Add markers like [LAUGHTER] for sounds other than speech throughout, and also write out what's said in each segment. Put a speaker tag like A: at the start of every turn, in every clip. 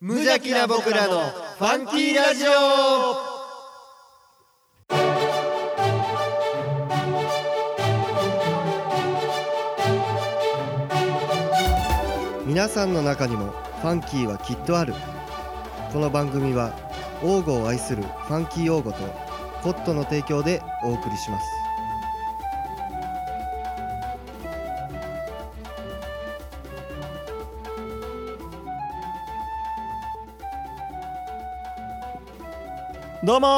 A: 無邪気な僕らのファンキーラジオ皆さんの中にもファンキーはきっとあるこの番組は王語を愛するファンキー王語とコットの提供でお送りします
B: どうも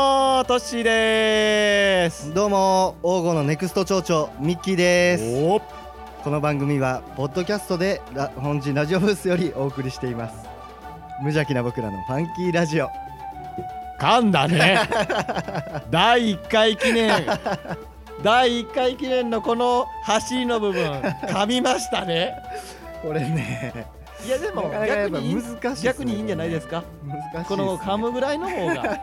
B: ートッシーです
A: どうも王語のネクスト町長ミッキーです
B: おー
A: この番組はポッドキャストでラ本陣ラジオブースよりお送りしています無邪気な僕らのファンキーラジオ
B: 噛んだ [LAUGHS] ね第1回記念第1回記念のこの走りの部分噛みましたね
A: これね
B: いやで
A: な
B: も
A: かなかやっ
B: 逆
A: ぱ
B: にいい
A: 難しいっすね
B: 逆にいいんじゃないですか
A: 難しいですね
B: この噛むぐらいの方が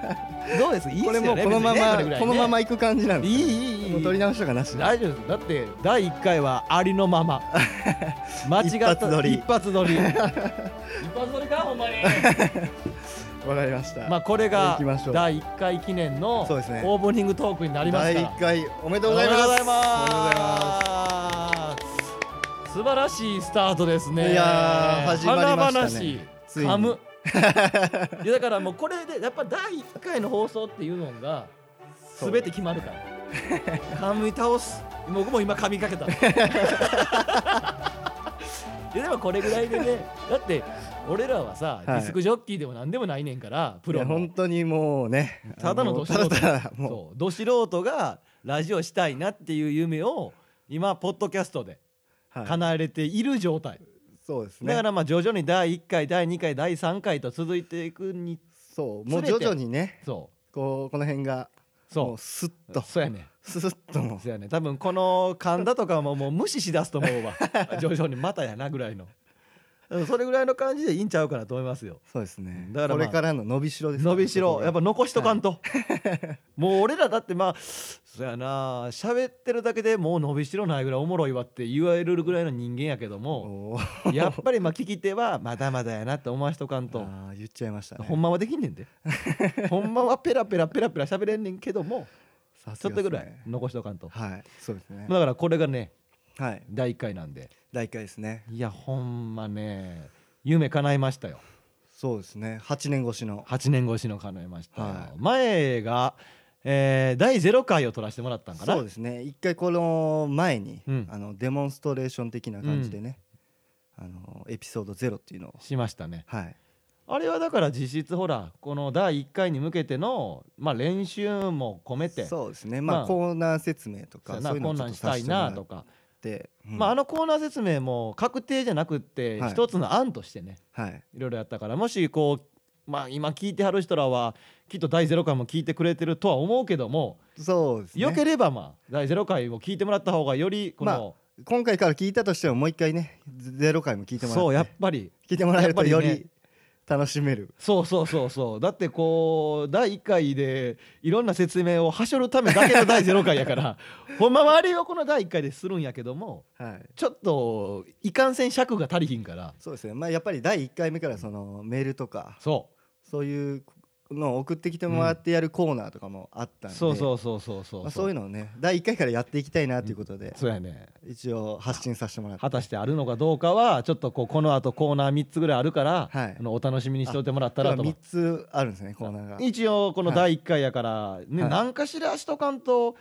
B: どうですいいっす
A: こ
B: よ
A: れ
B: ね
A: もうこのま
B: 別にね
A: ま
B: れぐらいね
A: このまま行く感じなん
B: い
A: で
B: い
A: す
B: い
A: ね
B: いいい
A: もう取り直しとかなし
B: 大丈夫ですだって第1回はありのま [LAUGHS] ま間違った
A: 一発撮り
B: 一発 [LAUGHS] 撮り一発撮りかほんまに
A: わかりました、
B: まあこれ
A: 行
B: が
A: きましょう
B: 第1回記念のオ
A: そうですね
B: ープニングトークになります
A: 第
B: から
A: 1回おめでとうございます
B: おめで
A: おめで
B: とうござい
A: とうございま
B: ます素晴らしいスタートですね
A: いやー始まりましたね
B: 華々しい
A: ついに [LAUGHS]
B: 噛むいやだからもうこれでやっぱ第1回の放送っていうのが
A: そう
B: 全て決まるから
A: [LAUGHS]
B: 噛み倒す僕も今噛みかけ
A: [LAUGHS]
B: たいやでもこれぐらいでねだって俺らはさ、
A: はい
B: ディスクジョッキーでも何でもないねんからプ
A: い
B: ロ
A: や
B: の
A: 本当にもうね
B: ただのど素
A: た
B: 人
A: だただも
B: そうど素人がラジオしたいなっていう夢を今ポッドキャストで
A: う、はい、
B: 叶えれている状態、
A: そうです
B: だか
A: ね
B: らまあ徐々に第1回第2回第3回と続いていくに
A: そうもう
B: すべ
A: 徐
B: て
A: 々にね
B: そ
A: こうこの辺が
B: う
A: も
B: そう
A: スッと
B: うそうやね
A: スッともう
B: そうやね多分この神田とかももう無視しだすと思う [LAUGHS] わ徐々にまたやなぐらいのうんそれぐらいの感じでいいんちゃうかなと思いますよ
A: そうですね。
B: だからまあ
A: これからの伸びしろですね、
B: 伸びしろやっぱ
A: こ
B: 残しとかんと、 [LAUGHS] もう俺らだってまあそやな喋ってるだけでもう伸びしろないぐらいおもろいわって言われるぐらいの人間やけど
A: こが。
B: も
A: おー
B: やっぱりまあ聞き手はまだまだやなって思わしとかんと
A: あー言っちゃいましたね。
B: ほんまはできんねん [LAUGHS] でほんまはペラペラペラペラ喋れんねんけども
A: さ
B: ち
A: す
B: ょっ
A: が
B: と
A: ですね
B: ぐらい残しとかんと、
A: はい、そうですね。
B: だからこれがね
A: はい、
B: 第1回なんで
A: 第一回ですね。
B: いやほんまね夢叶いましたよ
A: そうですね。八年越しの。
B: 8年越しの叶いましたよ、
A: はい
B: 前が、えー、第0回を撮らせてもらったんかな
A: そうですね。一回この前に、
B: うん
A: あのデモンストレーション的な感じでね、あのエピソードゼロっていうのを、
B: しましたね
A: はい、
B: あれはだから実質ほらこの第1回に向けての、まあ、練習も込めて
A: そうですね。まあ、
B: まあ
A: コーナー説明と
B: そ
A: か
B: う
A: そ
B: や
A: うい
B: な
A: うの
B: こ
A: を
B: ん
A: ち
B: な
A: ょっ
B: ん
A: と
B: したいなと
A: か。
B: か、
A: で、うん
B: まあ、あのコーナー説明も確定じゃなくって
A: はい
B: 一つの案としてね、
A: はい、
B: い、ろいろやったからもしこう、まあ、今聞いてはる人らはきっと第0回も聞いてくれてるとは思うけども、
A: そうですね。
B: よければまあ第0回を聞いてもらった方がよりこの、
A: 今回から聞いたとしてももう一回ねゼロ回も聞いてもらって
B: そうやっぱり
A: 聞いてもらえると
B: や
A: よ
B: っぱりね
A: り楽しめる、
B: そうそうそうそうだってこう第1回でいろんな説明をはしょるためだけの第0回やから
A: [LAUGHS]
B: ほんまはあれをこの第1回でするんやけども
A: はい、
B: ちょっといかんせん尺が足りひんから
A: そうですねまあやっぱり第1回目からそのメールとか
B: そ
A: そういうのを送ってきてもらってやるコーナーとかもあった
B: うん
A: で、
B: そうそうそうそうそう
A: まあ、そういうのをね第1回からやっていきたいなということで、
B: そうやね
A: 一応発信させてもらって
B: 果たしてあるのかどうかはちょっとこうこの後コーナー3つぐらいあるから、
A: はい
B: あのお楽しみにしておいてもらったらと思
A: 3
B: う
A: つあるんですねコーナーが
B: 一応この第1回やから、ね
A: はい
B: 何かしらしとかんと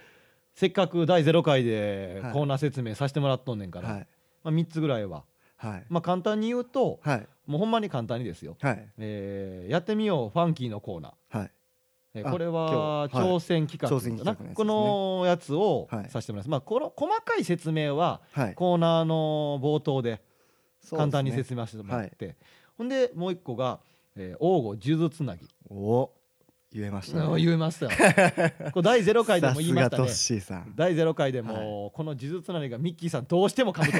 B: せっかく第0回で
A: はい
B: コーナー説明させてもらっとんねんから、
A: はい
B: まあ、3つぐらいは、
A: はい
B: まあ、簡単に言うと
A: はい
B: もうほんまに簡単にですよ、
A: はい
B: えーやってみようファンキーのコーナー、
A: はい
B: えー
A: あ
B: これは
A: 今日はい
B: 挑戦企画
A: 挑戦企画のやつですね
B: このやつを
A: はい
B: させてもらいます、まあ、この細かい説明は
A: はい
B: コーナーの冒頭で
A: そうですね
B: 簡単に説明してもらって、ほんでもう一個が「えー、王語数珠つなぎ」
A: お言えました
B: うん
A: ね
B: 言いましたよ
A: [LAUGHS]
B: これ第0回でも
A: さ
B: 言い
A: す
B: まし
A: が
B: た
A: ト
B: ね
A: ッシーさん
B: 第0回でもこの「呪術なり」がミッキーさんどうしても噛む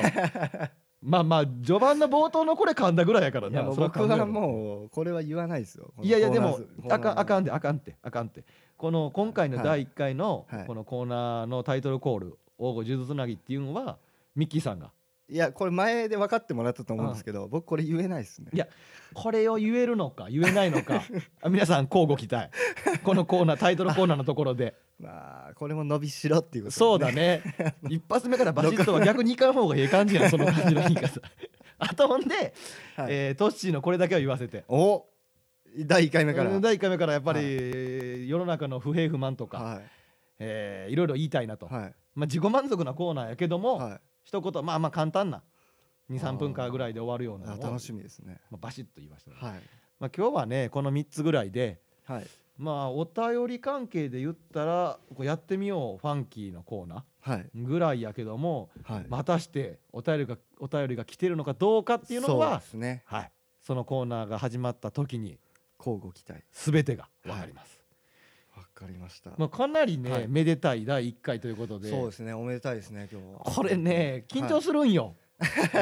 B: と
A: [LAUGHS]
B: まあまあ序盤の冒頭のこれ噛んだぐらいやから
A: いやもう僕はもうこれは言わないですよ
B: ういやいやでも
A: このコーナー
B: あかんあかん
A: コー
B: であかんってあかんってこの今回の
A: はい
B: 第1回の
A: はい
B: このコーナーのタイトルコール「王語呪術なぎ」っていうのはミッキーさんが
A: いやこれ前で分かってもらったと思うんですけど、僕これ言えないですね
B: いやこれを言えるのか言えないの
A: [LAUGHS]
B: かあ皆さん交互期待このコーナータイトルコーナーのとこ
A: [LAUGHS]
B: ろで
A: まあこれも伸びしろっていうことですね
B: そうだね一発目からバシッとは逆にいかん方がええ感じやんその感じの言
A: [LAUGHS]
B: い方あとほんで、
A: はい
B: えートッシーのこれだけは言わせて
A: お第1回目から、
B: うん第1回目からやっぱり、世の中の不平不満とか、
A: はい
B: えーいろいろ言いたいなと、
A: はい
B: まあ、自己満足なコーナーやけども、
A: はい
B: 一言まあまあ簡単な23分間ぐらいで終わるような
A: あ
B: のを
A: 楽しみですね
B: まあ、バシッと言いましたね、
A: はい
B: まあ、今日はねこの3つぐらいで
A: はい
B: まあお便り関係で言ったらこうやってみようファンキーのコーナ
A: はい
B: ーぐらいやけども、
A: はい
B: まあ果たしてお便りがお便りが来てるのかどうかっていうの
A: そう
B: は
A: ですね
B: はい、そのコーナーが始まった時に
A: 交互期待
B: 全てが分かります、
A: わかりました、
B: まあ、かなりね、
A: はい
B: めでたい第1回ということで
A: そうですねおめでたいですね今日は
B: これね緊張
A: す
B: するんよ、 [LAUGHS]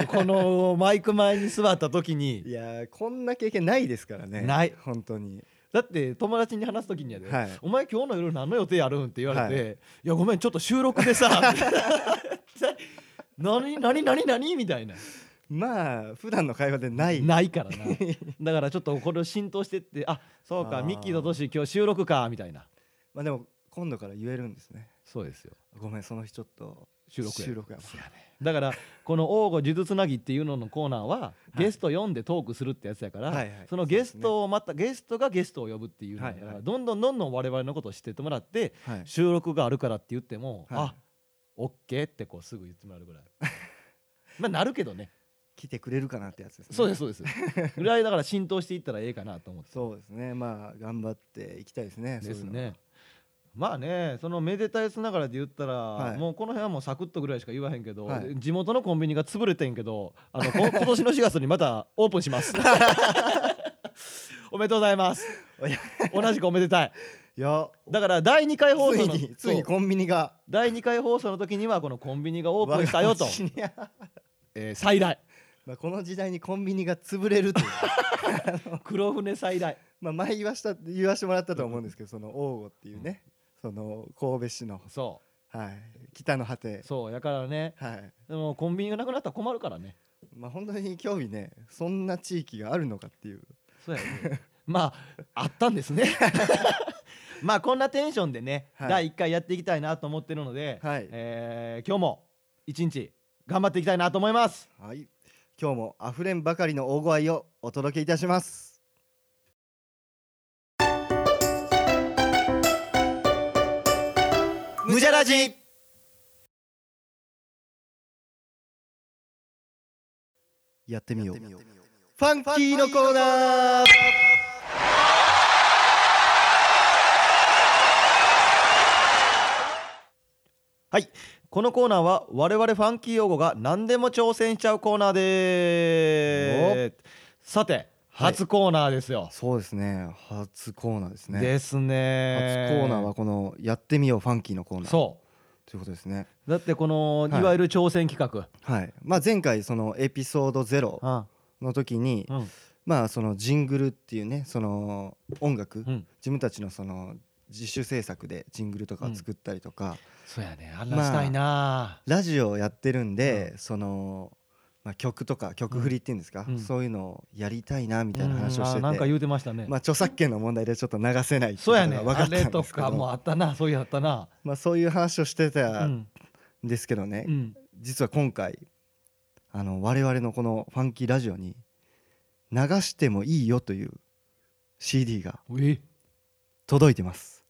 B: このマイク前に座った時
A: い
B: に
A: やーこんな経験ないですからね
B: ない
A: 本当に
B: だって友達に話す時にはね、
A: はい
B: お前今日の夜何の予定あるん?」って言われて「、
A: はい
B: やごめんちょっと収録
A: [LAUGHS]
B: でさ」 [LAUGHS] 何何何何みたいな
A: まあ普段の会話でない
B: ないから
A: [LAUGHS]
B: なだからちょっとこれを浸透してって「あそう
A: あ
B: か
A: ー
B: ミッキーとトシ今日収録か」みたいな
A: まあでも今度から言えるんですね
B: そうですよ
A: ごめんその日ちょっと
B: 収録や
A: 収録や
B: せやねだからこの「王語呪術つなぎ」っていうののコーナーはゲスト読んでトークするってやつやから、
A: はいはい
B: そのゲストをまた、ゲストがゲストを呼ぶっていうのやから
A: はいはい
B: どんどんどんどん我々のことを知ってってもらって
A: はい
B: 収録があるからって言っても、
A: はい
B: あオッケーってこうすぐ言ってもらえるぐらいまあなるけどね
A: 来てくれるかなってやつですね
B: そうですそうですぐらいだから浸透していったらええかなと思って
A: そうですねまあ頑張っていきたいですね
B: です
A: そういうの
B: ねまあねそのめでたいつながらで言ったら、
A: はい
B: もうこの辺はもうサクッとぐらいしか言わへんけど、
A: はい
B: 地元のコンビニが潰れてんけどあのこ [LAUGHS] 今年の4月にまたオープンし
A: [LAUGHS]
B: ますおめでとうございます
A: いや
B: 同じくおめでたい
A: いや
B: だから第2回放
A: つ
B: 送
A: い
B: の
A: についに
B: そう
A: コンビニが
B: 第2回放送の時にはこのコンビニがオープンしたよと
A: 我が、家にいや
B: えー最大
A: まあこの時代にコンビニが潰れる
B: [LAUGHS]
A: という
B: 黒船最大
A: まあ前言わした言わしてもらったと思うんですけどその王吾っていうねその神戸市の
B: そ
A: はい北の果て
B: うそうやからね
A: はい
B: でもコンビニがなくなったら困るからね
A: まあ本当に興味ねそんな地域があるのかっていう
B: そうやね [LAUGHS] まああったんですねまあこんなテンションでね、
A: はい
B: 第1回やっていきたいなと思ってるので、
A: はい
B: えー今日も一日頑張っていきたいなと思います
A: はい今日もあふれんばかりの大声愛をお届けいたします
B: 無邪ラジ
A: やってみようファンキーのコーナー
B: このコーナーは我々ファンキー用語が何でも挑戦しちゃうコーナーですさて
A: はい
B: 初コーナーですよ、
A: そうですね初コーナーですね
B: です
A: 初
B: ね
A: コーナーはこのやってみようファンキーのコーナー
B: そ
A: ということですね
B: うだってこの、
A: はい
B: い、わゆる挑戦企画、
A: はいまあ前回そのエピソード0
B: あ
A: の時に
B: うん
A: まあそのジングルっていうねその音楽
B: うん、
A: 自分たちのその自主制作でジングルとかを作ったりとか、
B: そうやねあんなんしたいな、
A: ラジオをやってるんで、その、まあ、曲とか曲振りっていうんですか、
B: うん
A: そういうのをやりたいなみたいな話をしてて、
B: うんあなんか言うてましたね、
A: まあ、著作権の問題でちょっと流せないってい
B: そうやね
A: ことが分か
B: あ
A: った
B: れ
A: ん
B: と
A: ですけ
B: かも
A: ど
B: あったなそういうのあったな
A: まあ、そういう話をして
B: う
A: たん
B: ん、
A: ですけどね、
B: うん、
A: 実は今回あの我々のこの「ファンキーラジオ」に「流してもいいよ」という CD が
B: え
A: 届いてます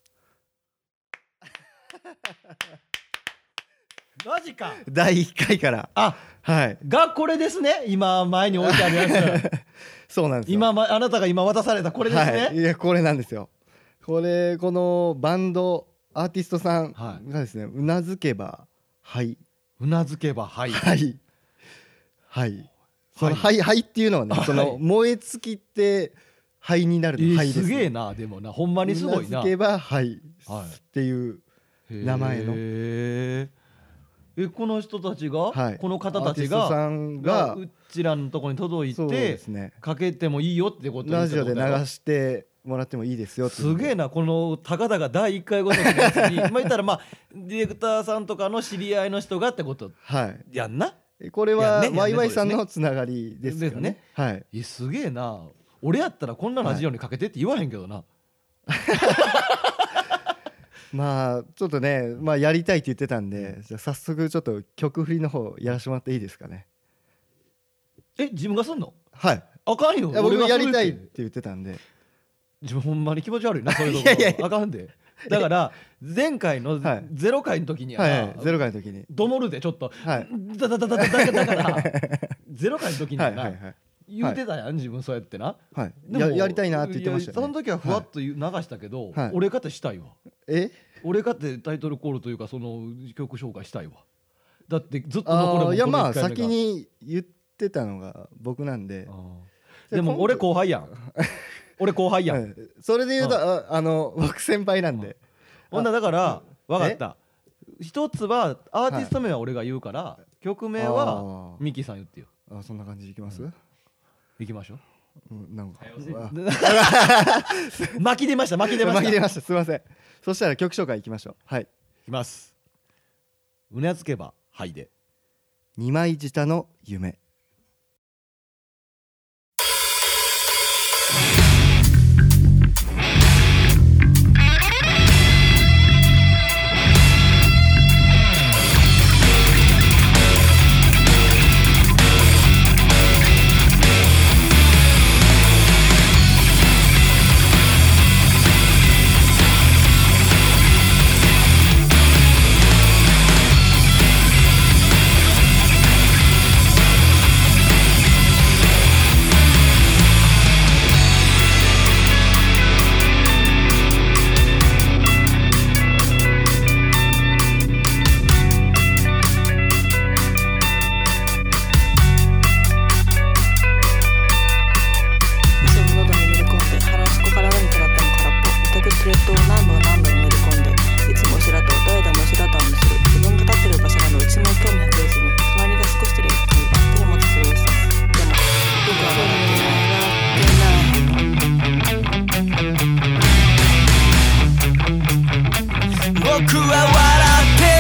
B: マジか
A: 第1回から
B: あ
A: はい
B: がこれですね今前に置いてあるやつ
A: そうなんですよ
B: 今、ま、あなたが今渡されたこれですね、
A: はい、いやこれなんですよこれこのバンドアーティストさんが
B: は
A: ですね、うなずけばはい
B: 頷うなずけばはい
A: はいはいその
B: は
A: はいはいっていうのはね、
B: はい
A: その燃え尽きって灰になる
B: え
A: の
B: ー
A: はいですす、
B: げえ
A: ね
B: なでもなほんまにすごいう
A: な
B: な
A: ずけばはい
B: は
A: っていう
B: い、
A: 名前の
B: へーえこの人たちが、
A: はい
B: この方たち
A: アーティスト
B: が
A: さんが
B: うちらのとこに届い
A: そうで
B: て
A: すね
B: かけてもいいよってこと
A: ラジオで流
B: す
A: してもらってもいいですよっていう
B: すげえなこのたかだか第1回ごときのやつにまあ言ったらまあディレクターさんとかの知り合いの人がってこと
A: はい
B: やんな
A: えこれは
B: やんねやんね
A: ワイワイさん
B: そうです
A: のつながりです
B: で
A: よ
B: す
A: ね
B: ね
A: はい
B: いやすげえな俺やったらこんなの味ようにかけてって言わへんけどな、
A: まあちょっとね、まあ、やりたいって言ってたんでじゃあ早速ちょっと曲振りの方やらせてもらっていいですかね
B: え自分がすんの
A: はい
B: あかんよ
A: いや僕
B: が
A: や
B: す
A: り
B: るったて
A: いって言ってたんで
B: 自分ほんまに気持ち悪いなそういうと
A: [LAUGHS]
B: こ
A: いやいや
B: あかんでだから前回の
A: はい
B: ゼロ回の時には
A: はい
B: な、
A: はいゼロ回の時に
B: どもるでちょっと
A: はい
B: だだだだだだ
A: [LAUGHS]
B: だからゼロ回の時に
A: は
B: はいな、
A: はいはい
B: 言うてたやん自分そうやってな
A: はい
B: で
A: や
B: も
A: やりたいなって言ってました
B: いや
A: よ
B: その
A: ね
B: 時はふわっと言う流したけど、
A: はい
B: 俺かてしたいわ
A: え
B: 俺かてタイトルコールというかその曲紹介したいわだってずっと残る
A: あ
B: も
A: ー
B: ん
A: いやまあ
B: この一回目が
A: 先に言ってたのが僕なんで
B: でも俺後輩
A: [LAUGHS]
B: やん俺後輩やん、
A: はいそれで言うとああの [LAUGHS] 僕先輩なんで
B: ほんならだから分かった一つはアーティスト名は俺が言うから、曲名は
A: あー
B: ミキさん言ってよ
A: あそんな感じでいきます
B: う行きましょ
A: う
B: う
A: んなんかあ
B: [LAUGHS] 巻き出ました巻き出ました
A: 紛れましたすいませんそしたら曲紹介いきましょうはい
B: いきますうなずけばはいで
A: 二枚舌の夢
C: その喉に塗り込んで腹の底から何からあったの空っぽ痛くスレッドを何度も何度も塗り込んでいつも白と誰でも白とを見せる自分が立ってる場所など一面興味はくれずに隣が少しでる人にバッテリー持つそれをしたでも僕は笑ってない
D: 僕は笑って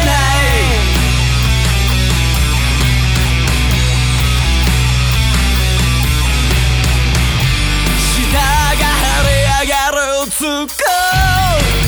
D: ない舌が腫れ上がるつこ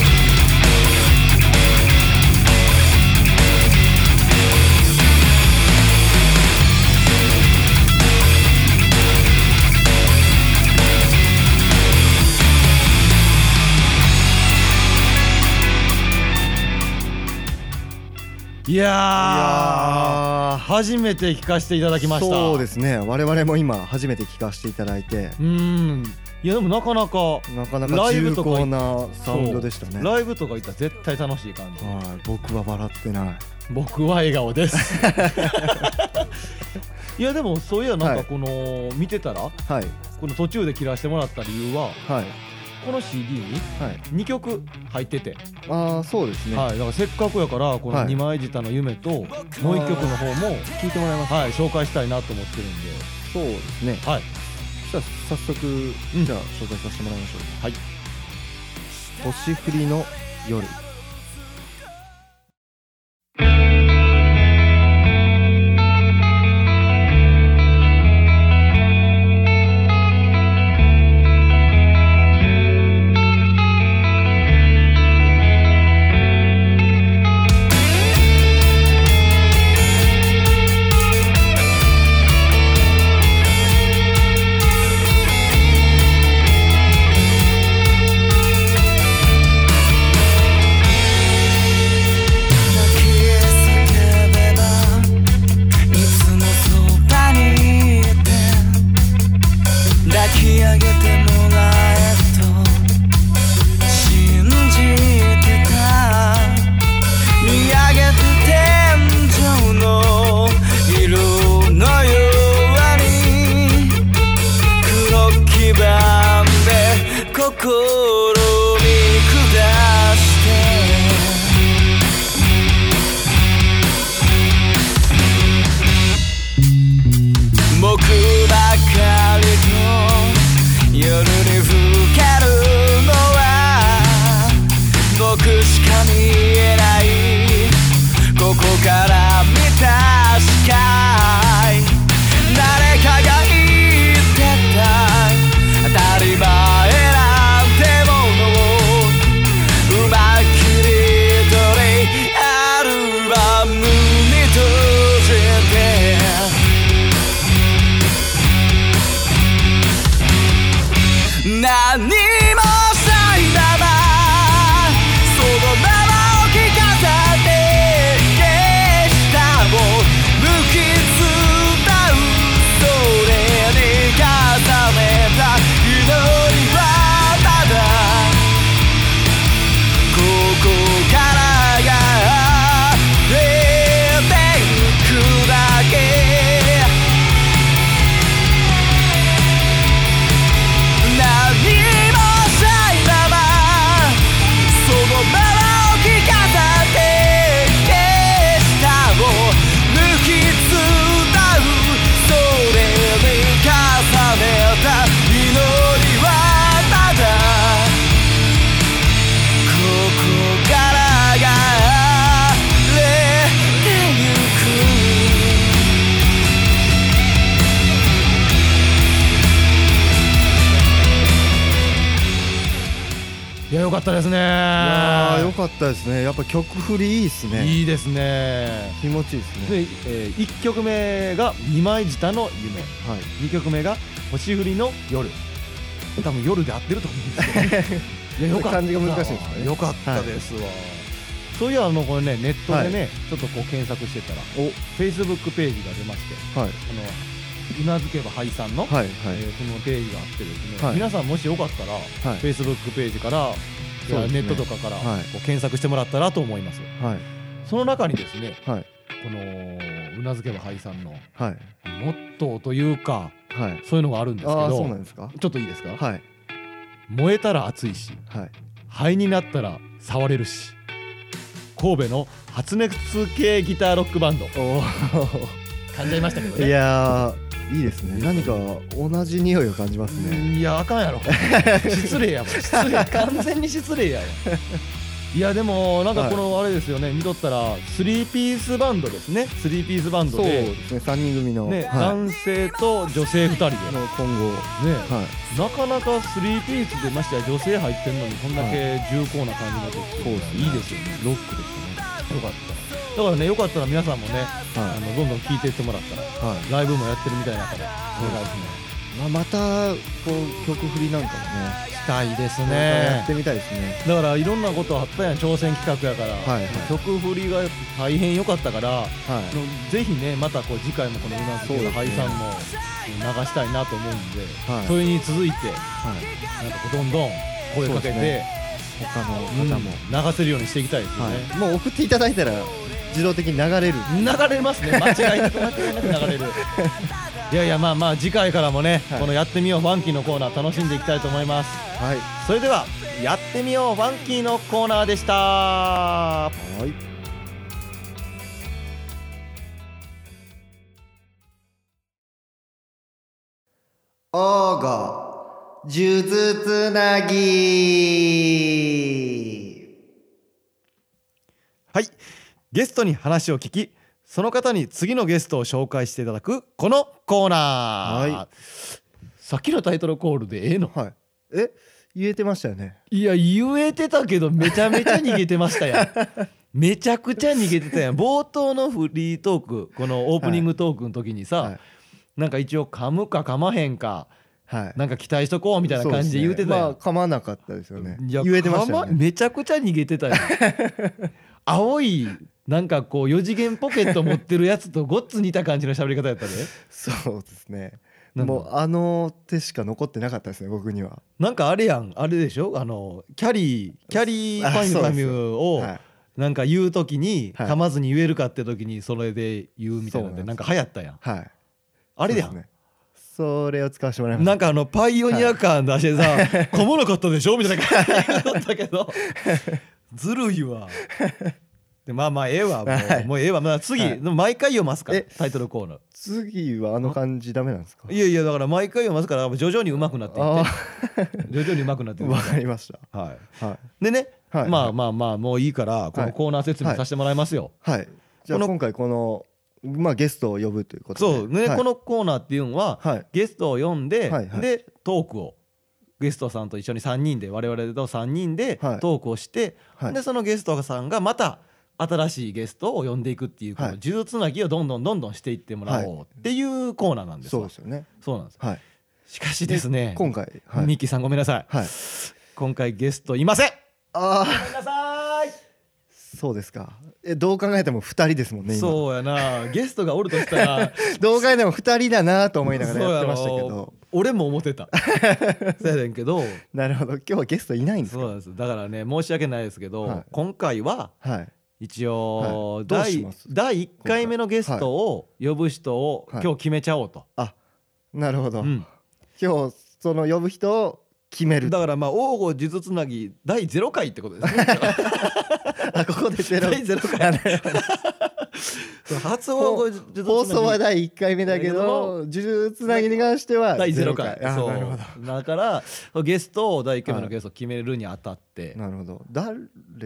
B: いやー
A: あ
B: 初めて聞かせていただきました
A: そうですすね我々も今初めて聞かせていただいて
B: うーんいやでもなかなか
A: なかな
B: ラ
A: か
B: イ
A: 重
B: ブとか
A: 厚なサウンドでしたね
B: ライブとか行ったら絶対楽しい感じ
A: はい僕は笑ってない
B: 僕は笑
A: [LAUGHS]
B: 顔です [LAUGHS] いやでもそういやなん
A: は
B: か
A: い
B: この見てたら
A: はい
B: この途中で切らしてもらった理由は
A: はい
B: この CD に
A: はい
B: 2曲入ってて、
A: ああそうですね
B: はい、だからせっかくやからこの
A: はい
B: 二枚舌の夢ともう1曲の方も、
A: 聞いてもらいます
B: はい、紹介したいなと思ってるんで
A: そうですね
B: はい
A: じゃあ早速じゃあ紹介させてもらいましょう
B: はい
A: 星降りの夜
D: 「泣き叫べばいつもそばにいて」「抱き上げてもらえと信じてた」「見上げて天井の色のように」黒きばんで心に下して」僕ばかりと夜にふけるのは僕しか見えないここから見たしか何もしたいままそのままを聞かせて消したを抜き伝うそれに重ねた祈りはまだここからが出てくだけ何もないままそのままを聞かせて消したを抜き伝うそれに重ねた祈りはまだここからがれてゆく
B: いやよかったですね
A: やーよかったですねやっぱ曲振りいいですね
B: いいですね
A: 気持ちいいですね
B: で、え1曲目が二枚舌の夢
A: はい
B: 2曲目が星降りの夜多分夜で合ってると思うんです
A: [LAUGHS]
B: けどいやよかった
A: 漢字が難しいですね
B: よかったですわ、そういやあのこれねネットでね、ちょっとこう検索してたら
A: お
B: フェイスブックページが出まして
A: はい
B: このうなずけば廃さんの、
A: はいはい
B: えーそのページがあってですね、
A: はい
B: 皆さんもしよかったら、
A: はい
B: フェイスブックページから、いや
A: そうです
B: ネ
A: ね
B: ットとかから、
A: はい
B: こう検索してもらったらと思います
A: はい
B: その中にですね
A: はい
B: このうなずけば廃さんの
A: はい
B: モットーというか
A: はい
B: そういうのがあるんですけ
A: ああそうな
B: ど
A: んですか
B: ちょっといいですか、
A: はい
B: 燃えたら熱いし
A: はい
B: 灰になったら触れるし神戸の発熱系ギターロックバンド
A: お
B: 感じちゃいましたけど
A: おい
B: ね
A: やーいいですね何か同じ匂いを感じますね
B: いやあかん
A: [LAUGHS]
B: やろ失礼やわ失礼完全に
A: [LAUGHS]
B: 失礼やわいやでもなんかこのあれですよね見とったらスリーピースバンドですねスリーピースバンド
A: そうで
B: です
A: ね三人組の
B: ね
A: は
B: 男性と女性2人で
A: いの今後
B: ね
A: はい
B: なかなかスリーピースでましてや女性入ってんのにこんだけ重厚な感じが出てき
A: は
B: て、
A: い
B: い、いですよねロックですよねよかっただからねよかったら皆さんもね、あ
A: は
B: のどんどん聴いていってもらったら
A: いはい
B: ライブもやってるみたいなのでお願いしま
A: まあ、またこう曲振りなんかもね
B: すしたいです
A: またやってみたいですね
B: だからいろんなことあったやん挑戦企画やから、
A: はいはい
B: 曲振りが大変良かったから、
A: は
B: あのぜひねまたこう次回もこの「うなずけの廃さん」も流したいなと思うんで、
A: はい
B: それに続いて
A: はい
B: なんかこうどんどん声か
A: そうです
B: けて、
A: ね他の
B: う
A: 方
B: ん
A: も、
B: 流せるようにしていきたいですよね、
A: はいもう送っていただいたら自動的に流れる
B: 流
A: [LAUGHS]
B: れますね間違いなく間違いなく流れるいやいやまあまあ次回からもね、
A: はい
B: この「やってみようファンキー」のコーナー楽しんでいきたいと思います
A: はい
B: それでは「やってみようファンキー」のコーナーでした
A: はいおーご数珠つなぎ
B: はいゲストに話を聞きその方に次のゲストを紹介していただくこのコーナー、
A: はい
B: さっきのタイトルコールでええの
A: はいえ言えてましたよね
B: いや言えてたけどめちゃめちゃ逃げてました
A: [LAUGHS]
B: やんめちゃくちゃ逃げてたやん冒頭のフリートークこのオープニングトークの時にさ、
A: はい
B: なんか一応噛むか噛まへんか
A: はい
B: なんか期待しとこうみたいな感じで言うてたやん
A: そうですねまあ噛まなかったですよね
B: いや
A: 言えてましたよ
B: か
A: ね
B: めちゃくちゃ逃げてたよ
A: [LAUGHS]
B: 青いなんかこう4次元ポケット持ってるやつとごっつ似た感じの喋り方やったね
A: そうですね
B: なんか
A: もうあの手しか残ってなかったですね僕には
B: なんかあれやんあれでしょあのキャリーキャリー
A: あ
B: パミュ
A: そう
B: パ
A: です
B: ミュを
A: はい
B: なんか言う時に
A: はい
B: 噛まずに言えるかって時にそれで言うみたいなんで
A: そう
B: な
A: なんんです
B: か流行ったやん
A: はい
B: あれ
A: で
B: や
A: す
B: ん
A: ねそれを使わせてもらいました
B: なんかあのパイオニア感出してさ「噛まなかったでしょ?」みたいな感じだったけ
A: [LAUGHS]
B: どずるいわ。でまあまあええわも
A: は
B: う
A: い
B: もうええわ、まあ、次、
A: はい
B: 毎回読ますから
A: え
B: タイトルコーナー
A: 次はあの感じダメなんですか
B: いやいやだから毎回読ますから徐々に上手くなって
A: あ
B: いって徐々に上手くなってい
A: ー
B: く
A: わかりまし
B: は
A: たはい
B: い、でね、
A: はい
B: まあまあまあもういいからこ
A: はい
B: のコーナー説明させてもらいますよ、
A: はいじゃあ
B: この
A: 今回このまあゲストを呼ぶということで
B: そうね、
A: はい
B: このコーナーっていうのは、
A: はい
B: ゲストを呼んで、
A: はいはい
B: でトークをゲストさんと一緒に3人で我々と3人で
A: はい
B: トークをして、
A: はい
B: でそのゲストさんがまた新しいゲストを呼んでいくっていうこの
A: はい
B: 呪術つなぎをどんどんどんどんしていってもらおうっていうコーナーなんです
A: そ
B: わ
A: うですよね
B: そうなんです
A: はい
B: しかしですね
A: 今回はい、
B: ミッキーさんごめんなさい
A: はい、
B: 今回ゲストいません
A: ああ
B: ごめんなさい
A: そうですかえどう考えても二人ですもんね今
B: そうやなゲストがおるとした
A: [LAUGHS]
B: ら
A: どう考えても二人だなと思いながら
B: そう
A: やっ
B: や
A: て
B: ろ
A: ましたけど
B: 俺も思って
A: [LAUGHS]
B: たそうやねんけど
A: なるほど今日はゲストいないんです
B: そうなんですだからね申し訳ないですけど、
A: はい
B: 今回は
A: はい
B: 一応、
A: はいどうし
B: 第
A: ます
B: 第1回目のゲストを呼ぶ人を
A: はい
B: 今日決めちゃおうと、
A: あなるほど、
B: うん
A: 今日その呼ぶ人を決める
B: だからまあ王吾数珠つなぎ第0回ってことですね
A: あここで [LAUGHS] ゼロ
B: 第0回 [LAUGHS]
A: あなるほど
B: 初王吾数珠つなぎ
A: 放送は第一回目だけど呪術つなぎに関しては
B: 第
A: ゼロ
B: 0回
A: あ
B: そう
A: なるほど
B: だからゲストを第1回目
A: は
B: の
A: い
B: ゲストを決めるにあたって、
A: なるほど誰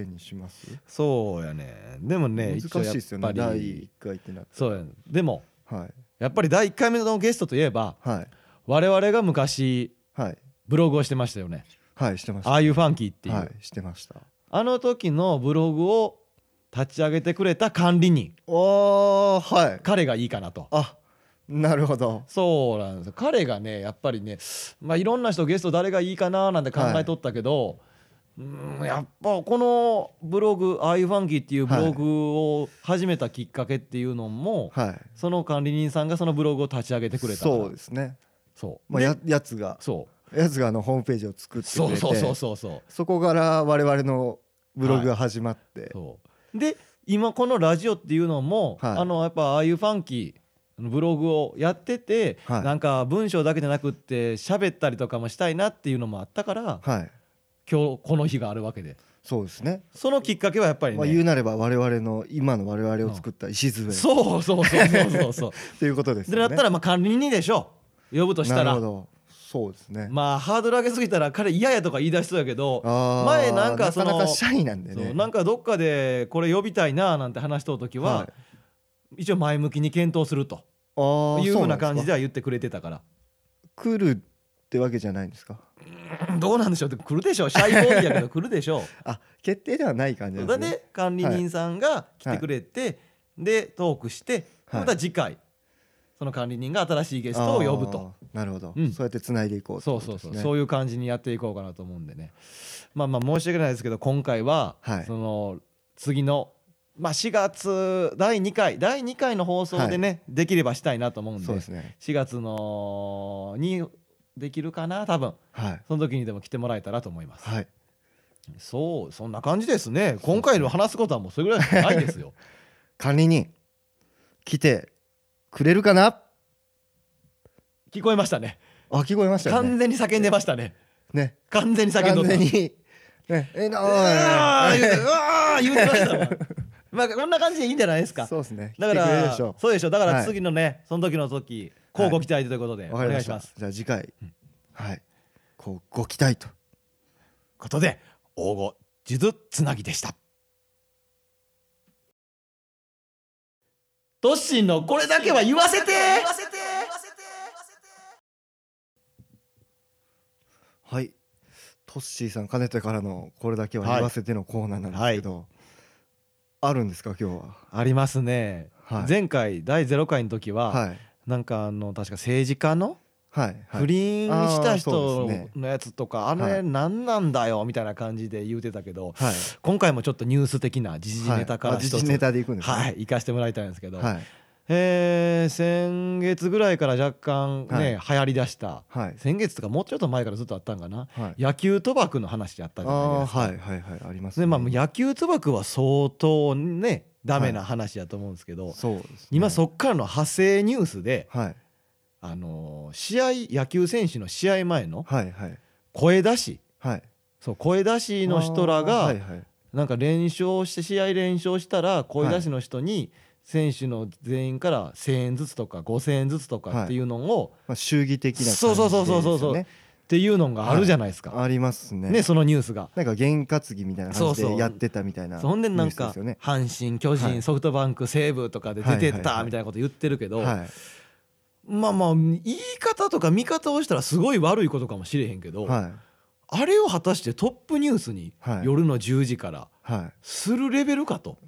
A: にします
B: そうやねでもね
A: 難しいですよね
B: 一応やっぱ
A: 第
B: り
A: 一回ってなって
B: そうやねでも
A: はい
B: やっぱり第1回目のゲストといえば
A: はい
B: 我々が昔
A: はい
B: ブログをしてましたよね
A: はいしてました
B: ああいうファンキーっていう、
A: はいしてました
B: あの時のブログを立ち上げてくれた管理人
A: おーはい
B: 彼がいいかなと
A: あなるほど
B: そうなんですよ彼がねやっぱりね、まあ、いろんな人ゲスト誰がいいかななんて考えとったけど、うーんやっぱこのブログ「アイファンキー」っていうブログを始めたきっかけっていうのも、
A: はい
B: その管理人さんがそのブログを立ち上げてくれたから
A: そうですね
B: そう
A: まあ
B: で
A: ややつが
B: そ
A: やつがあのホームページを作っ
B: う
A: てく
B: そう
A: れて
B: そうそうそうそう
A: そこから我々のブログが始まって
B: そうで今このラジオっていうのも、
A: はい
B: あのやっぱああいうファンキーブログをやってて、
A: はい
B: なんか文章だけじゃなくって喋ったりとかもしたいなっていうのもあったから、
A: はい
B: 今日この日があるわけで
A: そうですね
B: そのきっかけはやっぱり
A: まあ言う
B: ね、
A: なれば我々の今の我々を作った礎
B: そうそうそうそうそうそう
A: ということ [LAUGHS] です
B: で
A: よね
B: だったらまあ管理人でしょ呼ぶとした
A: な
B: ら
A: るほどそうですね
B: まあハードル上げすぎたら彼嫌やとか言い出しそうやけど
A: あー
B: 前なんかその
A: なかなかシャイなんで
B: そ
A: ね
B: うなんかどっかでこれ呼びたいななんて話しとう時は、
A: はい
B: 一応前向きに検討すると
A: あー
B: いうふうな感
A: そうん
B: じで
A: すか
B: は言ってくれてたから
A: 来るってわけじゃないんですか
B: うんどうなんでしょうって来るでしょうシャイボー
A: [LAUGHS]
B: イやけど来るでしょ
A: あ決定ではない感じな
B: う
A: ん
B: そ
A: で
B: れ
A: すね
B: で管理人さんが来てくれて、でトークして
A: はい
B: また次回その管理人が新しいゲストを呼ぶと
A: あーなるほど、
B: うん
A: そうやってつないでいこう
B: そうそうそう、
A: う
B: そういう感じにやっていこうかなと思うんでねまあまあ申し訳ないですけど今回は、
A: はい
B: その次のまあ4月第2回第2回の放送でね、できればしたいなと思うんで
A: そうですね
B: 4月のにできるかな多分
A: はい
B: その時にでも来てもらえたらと思います、
A: はい
B: そうそんな感じですね今回の話すことはもうそれぐらいしかないで
A: [LAUGHS]
B: すよ
A: 管理人来てくれるかな
B: 聞こえましたね
A: あ聞こえましたよ
B: 完
A: ね
B: 全に叫んでましたね
A: ね
B: 完全に叫ん
A: 完
B: どった
A: 全に
B: [LAUGHS]
A: ねえな
B: うわ
A: お
B: ー
A: い
B: 言うてうわー言うてまし
A: [LAUGHS]
B: たわまあこんな感じでいいんじゃないですか
A: そうですね
B: だか
A: 来てくれる
B: ら
A: でしょ
B: そうでしょだか
A: は
B: ら
A: い
B: 次のね、その時の時乞うご期待ということで、
A: うわかり
B: お願
A: ま
B: い
A: し
B: したます
A: じゃあ次回はいこうご期待と
B: ことで応募術つなぎでしたトッシーのこれだけは言わせて
A: はいトッシーさんかねてからのこれだけは言わせてのコーナーなんですけど、あるんですか今日は
B: ありますね、
A: はい
B: 前回第0回の時は、
A: はい
B: なんかあの確か政治家の
A: はいはい
B: 不倫した
A: あーそう
B: 人
A: ですね
B: のやつとか、あ
A: はい
B: れ何なんだよみたいな感じで言うてたけど、
A: はい
B: 今回もちょっとニュース的な時事ネタから
A: はいあ
B: 一つ、
A: 時事ネタでいくんですね
B: はい行かせてもらいたいんですけど、
A: はい
B: えー先月ぐらいから若干ね、流行りだした、
A: はい
B: 先月とかもうちょっと前からずっとあったんかな、
A: はい
B: 野球賭博の話あったじゃない
A: あ
B: で
A: ー
B: すか。
A: はいはいはいあります
B: でまあ、野球賭博は相当ねダメな話だと思うんですけど、
A: そうですね
B: 今そっからの派生ニュースで、
A: はい
B: あのー試合野球選手の試合前の
A: はいはい
B: 声出し
A: はい
B: そう声出しの人ら
A: あー
B: が
A: はいはい
B: なんか連勝して試合連勝したら声出しの人に選手の全員から1,000円ずつとか5,000円ずつと
A: はい
B: かっていうのを
A: まあ祝儀的な感じ
B: そうそうそうそうそう
A: ですよね
B: っていうのがあるじゃないですか
A: ありますね
B: ねそのニュースが。
A: なんか験担ぎみたいな感じ
B: そうそ
A: で
B: う
A: やってたみたいな
B: そんでなん
A: ニュース
B: か
A: ですよね
B: 阪神巨
A: は
B: 人
A: い
B: ソフトバンク西武とかで出て
A: はい
B: っ
A: はいはい
B: たみたいなこと言ってるけど
A: は
B: まあまあ言い方とか見方をしたらすごい悪いことかもしれへんけ
A: い
B: ど
A: はい
B: あれを果たしてトップニュースに
A: はい
B: 夜の10時から
A: はい
B: するレベルか
A: [LAUGHS]
B: と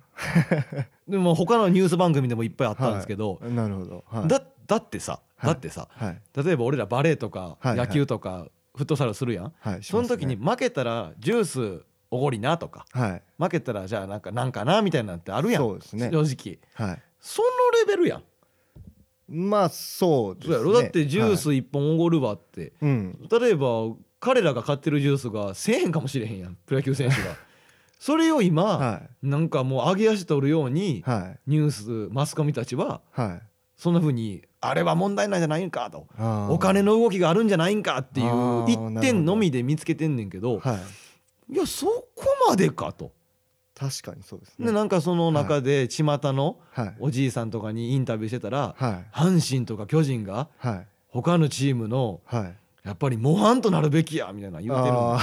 B: でも他のニュース番組でもいっぱいあったんですけど、
A: はいなるほどはい
B: だだってさだってさ
A: はい
B: 例えば俺らバレーとか
A: はい
B: 野球とかフットサルするやん、
A: はいし
B: そ
A: ます
B: の
A: ね
B: 時に負けたらジュースおごりなとか
A: はい
B: 負けたらじゃあなんかなんかなみたいなんてあるやん
A: そうですね
B: 正直
A: はい
B: そのレベルやん
A: まあそうです
B: そう
A: ね
B: やろだってジュース
A: はい
B: 1本おごるわって、
A: うん
B: 例えば彼らが買ってるジュースが1,000円かもしれへんやんプロ野球選手
A: [LAUGHS]
B: がそれを今、
A: は
B: なんかもう上げ足取るように
A: いはい
B: ニュースマスコミたちは
A: はい
B: そんな風にあれは問題なんじゃないんかと
A: あー
B: お金の動きがあるんじゃないんかってい
A: あ
B: う
A: ー
B: 一点のみで見つけてんねんけど
A: はい
B: いやそこまでかと。
A: 確かにそうです
B: で
A: ね
B: なんかその中で巷の
A: はい
B: おじいさんとかにインタビューしてたら
A: はい
B: 阪神とか巨人が
A: はい
B: 他のチームの
A: はい
B: やっぱり模範となるべきやみたいなの言うてるの
A: あ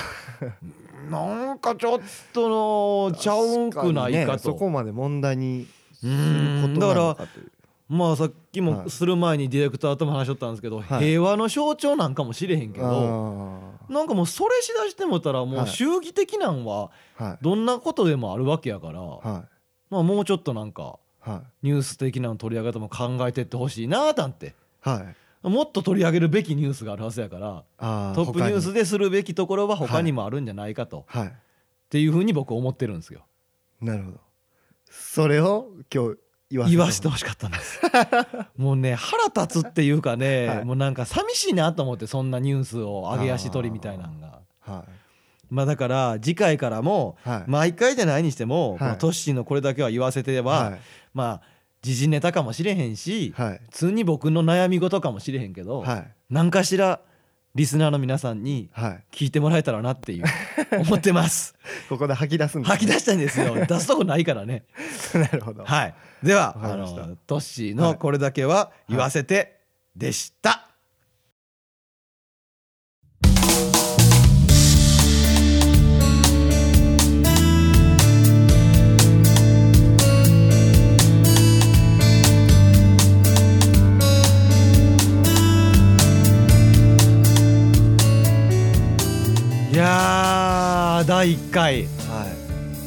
B: なんかちょっとの
A: ー
B: ちゃうんくな
A: 確に
B: い
A: ね
B: か
A: そ
B: と
A: こまで問題にす
B: う
A: る
B: ー
A: こ
B: ん
A: と
B: だ
A: な
B: か
A: の
B: ら
A: かという
B: まあさっき
A: は
B: も
A: い
B: する前にディレクターとも話しとったんですけど、
A: はい
B: 平和の象徴なんかもしれへんけど
A: あ
B: なんかもうそれしだしてもたらも
A: は
B: う
A: い
B: 祝義的なんは
A: ーはい
B: どんなことでもあるわけやから、
A: は
B: まあ、もうちょっとなんか
A: いはい
B: ニュース的なの取り上げ方も考えてってほしいななんて
A: はい
B: もっと取り上げるべきニュースがあるはずやから
A: あー
B: トップニュースでするべきところは
A: は
B: 他
A: い
B: にもあるんじゃないかと、っ
A: 他にはい
B: ていうふうに僕思ってるんですよ。
A: なるほどそれを今日言わせ
B: 言わしてほしかったんです
A: [LAUGHS]
B: もうね腹立つっていうかね、
A: はい
B: もうなんか寂しいなと思ってそんなニュースを上げ足取りみたいなのが
A: は
B: まあだから次回からも
A: いはい
B: 毎回じゃないにしても、
A: はい
B: このトッシーのこれだけは言わせては、
A: はい
B: まあ時事ネタかもしれへんし、
A: はい
B: 普通に僕の悩み事かもしれへんけど、
A: はい
B: 何かしらリスナーの皆さんに
A: はい
B: 聞いてもらえたら
A: [LAUGHS]
B: なっていう思ってます
A: ここで吐き出すんですね
B: 吐き出したいんですよ出すとこないからね
A: [LAUGHS] なるほど
B: はい、で
A: わ
B: は
A: か
B: あ
A: りました
B: のトッシー
A: は
B: の
A: い
B: これだけは言わせてでした、い、やー第1回
A: は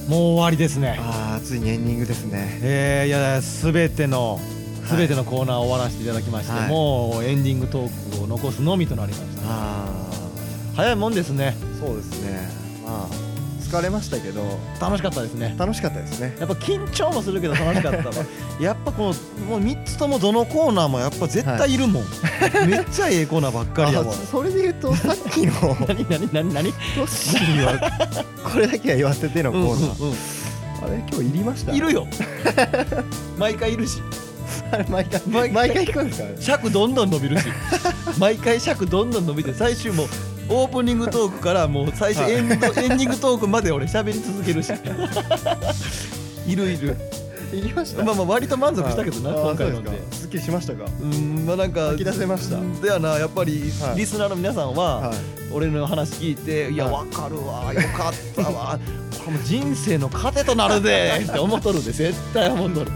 A: い
B: もう終わりですね
A: あーついにエンディングですね
B: えー、いや全ての
A: はい
B: 全てのコーナーを終わらせていただきまして、
A: はい
B: もうエンディングトークを残すのみとなりました
A: あ
B: 早いもんですね
A: ーそうですねまあ疲れましたけど
B: 楽しかったですね
A: 楽しかったですね
B: やっぱ緊張もするけど楽しかったわやっぱこのもう3つともどのコーナーもやっぱ絶対いるもん、めっちゃええコーナーばっかり
A: [LAUGHS]
B: や
A: あ
B: もん
A: それで言う
B: [LAUGHS]
A: とさっきのト
B: 何何何何
A: ッシーはこれだけは言わせてのコーナー
B: うんう
A: あ
B: ん
A: れ今日いりました
B: いるよ毎回いるし
A: [LAUGHS] あれ毎回
B: 毎
A: 毎回聞くんですかあれ
B: 尺どんどん伸び
A: [LAUGHS]
B: るし毎回尺どんどん伸びて最終もうオープニングトークからもう最初エンドエンディングトークまで俺喋り続け
A: [LAUGHS]
B: るしいるいる
A: いりました
B: まあまあ割と満足したけどな
A: あー
B: 今回ので
A: そうですかすっきりしましたか
B: うんまあなんか
A: 吐き出せました
B: ではなやっぱり
A: はい
B: リスナーの皆さんは
A: はい
B: 俺の話聞いていや
A: は
B: わかるわよかったわこれも人生の糧となるぜって思っとるんで絶対思
A: [LAUGHS]
B: っとる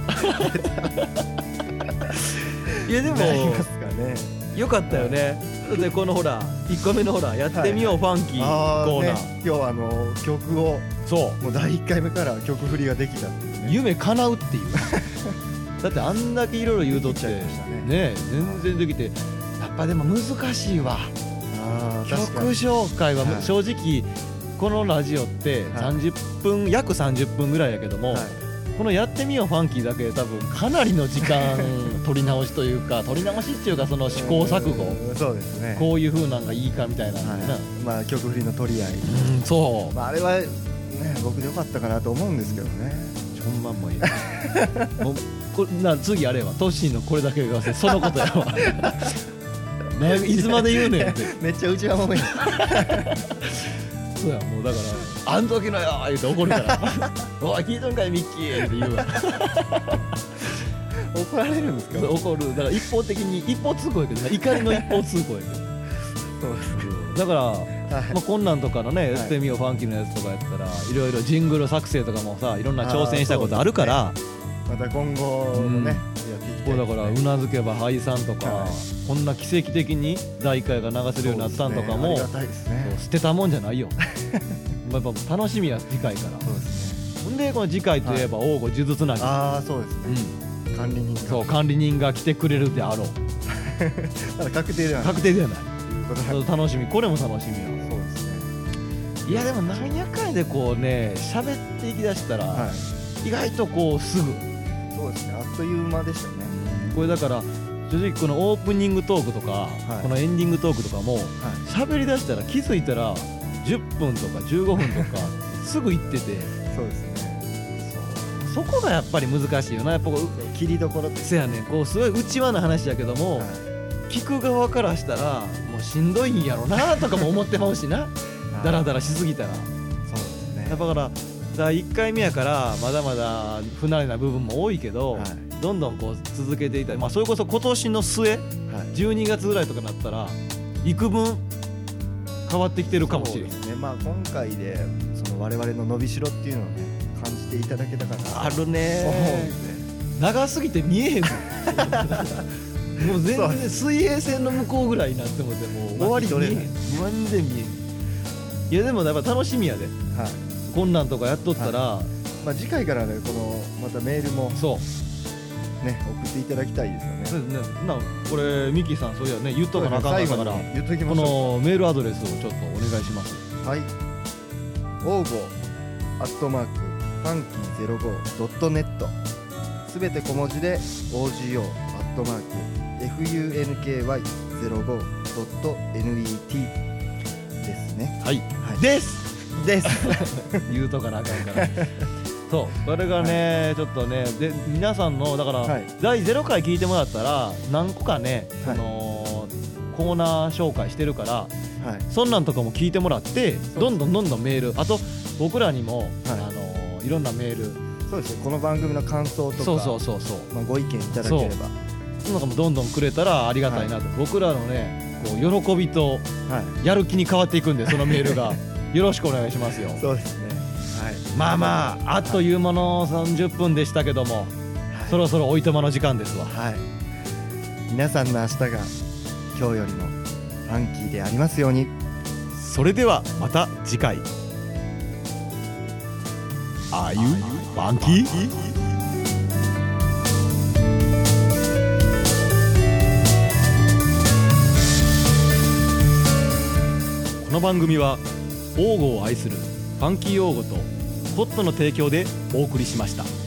B: いやでも
A: なりますかね
B: よかったよね。でこのほら1個目のほらやってみよう、ファンキー
A: あー
B: コー
A: ね
B: ナー。
A: 今日はあの曲を
B: そ
A: もう第1回目から曲振りができたっていう
B: う
A: ね
B: 夢叶うっていう。 [LAUGHS] だってあんだけいろいろ言うとって
A: できちゃい
B: ね
A: ましたね
B: 全然できてやっぱでも難しいわ。
A: あー
B: 曲
A: 確かに
B: 紹介は
A: はい
B: 正直、このラジオって
A: はい
B: 30分、約30分ぐらいやけども、
A: はい
B: この「やってみようファンキー」だけで多分かなりの時
A: [LAUGHS]
B: 間取り直しというか取り直しっていうかその試行錯誤
A: うんそうですね
B: こういう風なんがいいかみたいな、な
A: はい、まあ曲振りの取り合い、
B: うんそう
A: まあ、あれは、ね、僕でよかったかなと思うんですけどね
B: ちょんまんもいい [LAUGHS] もうこれな次あれはトッシーのこれだけ言わせそのことやわ [LAUGHS] なやいつまで言うねんって
A: めっちゃうちはもいい
B: そうやもうだから「あん時のよ」言うて怒るから [LAUGHS] 「おい聞いとんかいミッキー」って言うわ
A: [LAUGHS] 怒られるんですか
B: そう怒るだから一方的に一方通行やけど怒りの一方通行やけど
A: そうです
B: だから、
A: はい
B: まあ、こんなんとかのね「やってみようファンキー」のやつとかやったらいろいろジングル作成とかもさいろんな挑戦したことあるから
A: また今後もね、やっていきた
B: こ
A: いう
B: だからうなずけば廃さんとか、
A: はい
B: こんな奇跡的に大会が流せるようになったんとか
A: そう
B: も、
A: ですねありがたいです
B: そう
A: ね
B: 捨てたもんじゃない [LAUGHS] よまあやっぱ楽しみや次回から
A: そうですね
B: ほんでこの次回といえば王吾数珠つなぎ、
A: ああそうです
B: う
A: ね、管理人
B: んそう管理人が来てくれるであろう
A: まだ確定ではない
B: 確定ではない
A: ということなん
B: そう楽しみこれも楽しみよ
A: そうですね
B: いやでもなんやかんやでこうね喋っていきだしたら、
A: はい
B: 意外とこうすぐ
A: そうですねあっという間でしたね
B: これだから正直このオープニングトークとか、
A: はい
B: このエンディングトークとかも
A: はい
B: 喋りだしたら気づいたら10分とか15分と [LAUGHS] かすぐ行ってて
A: そうですね
B: そこがやっぱり難しいよなやっぱこう
A: 切りどころって
B: せやねんこうすごい内輪な話やけども、
A: はい
B: 聞く側からしたらもうしんどいんやろ
A: [LAUGHS]
B: なとかも思ってまうしなだらだらしすぎたら
A: そうですね
B: やっぱだから第1回目やからまだまだ不慣れな部分も多いけど、
A: はい
B: どんどんこう続けていたり、まあ、それこそ今年の末
A: はい
B: 12月ぐらいとかになったら幾分変わってきてるかもしれない
A: そうですねまあ今回でその我々の伸びしろっていうのをね感じていただけたかな
B: ある
A: そうで
B: ね
A: すね
B: 長すぎて見え [LAUGHS] へんもんもう全
A: そう
B: 然水平線の向こうぐらいになってもてもう終わり見えへん全然見えへんいやでもやっぱ楽しみやで
A: はい
B: こんなんとかやっとったら、
A: まあ次回からねこのまたメールも
B: そう
A: ね送っていただきたいですよね
B: そうですねなこれミッキーさんそういやね言っとかなあかんか
A: 最
B: っ
A: 後
B: たか
A: に
B: ら、
A: ね言っときま
B: こ
A: しょ
B: のメールアドレスをちょっとお願いします
A: うはい応募アットマークファンキー 05.net すべて小文字で OGO アットマーク FUNKY05.net ですね
B: はい、
A: はい
B: です
A: です
B: 言うとかなあかんからそうこれがね、ちょっとねで皆さんのだから、
A: はい
B: 第0回聞いてもらったら何個かね、
A: はい
B: そのコーナー紹介してるから
A: [LAUGHS] はい
B: そんなんとかも聞いてもらってどんどんどんどんメールあと僕らにも、い、あのいろんなメール
A: そうですねこの番組の感想とか
B: そうそうそうそう
A: まあ、ご意見いただければ
B: なんかもどんどんくれたらありがたいなと、僕らのねこう喜びと
A: はい
B: やる気に変わっていくんでそのメール [LAUGHS] がよろしくお願いしますよ
A: そうですねはい
B: まあまああっという間の30分でしたけども、そろそろおいとまの時間ですわ
A: はい皆さんの明日が今日よりもファンキーでありますように
B: それではまた次回あゆバンキーこの番組は王語を愛するファンキー王語とコットの提供でお送りしました。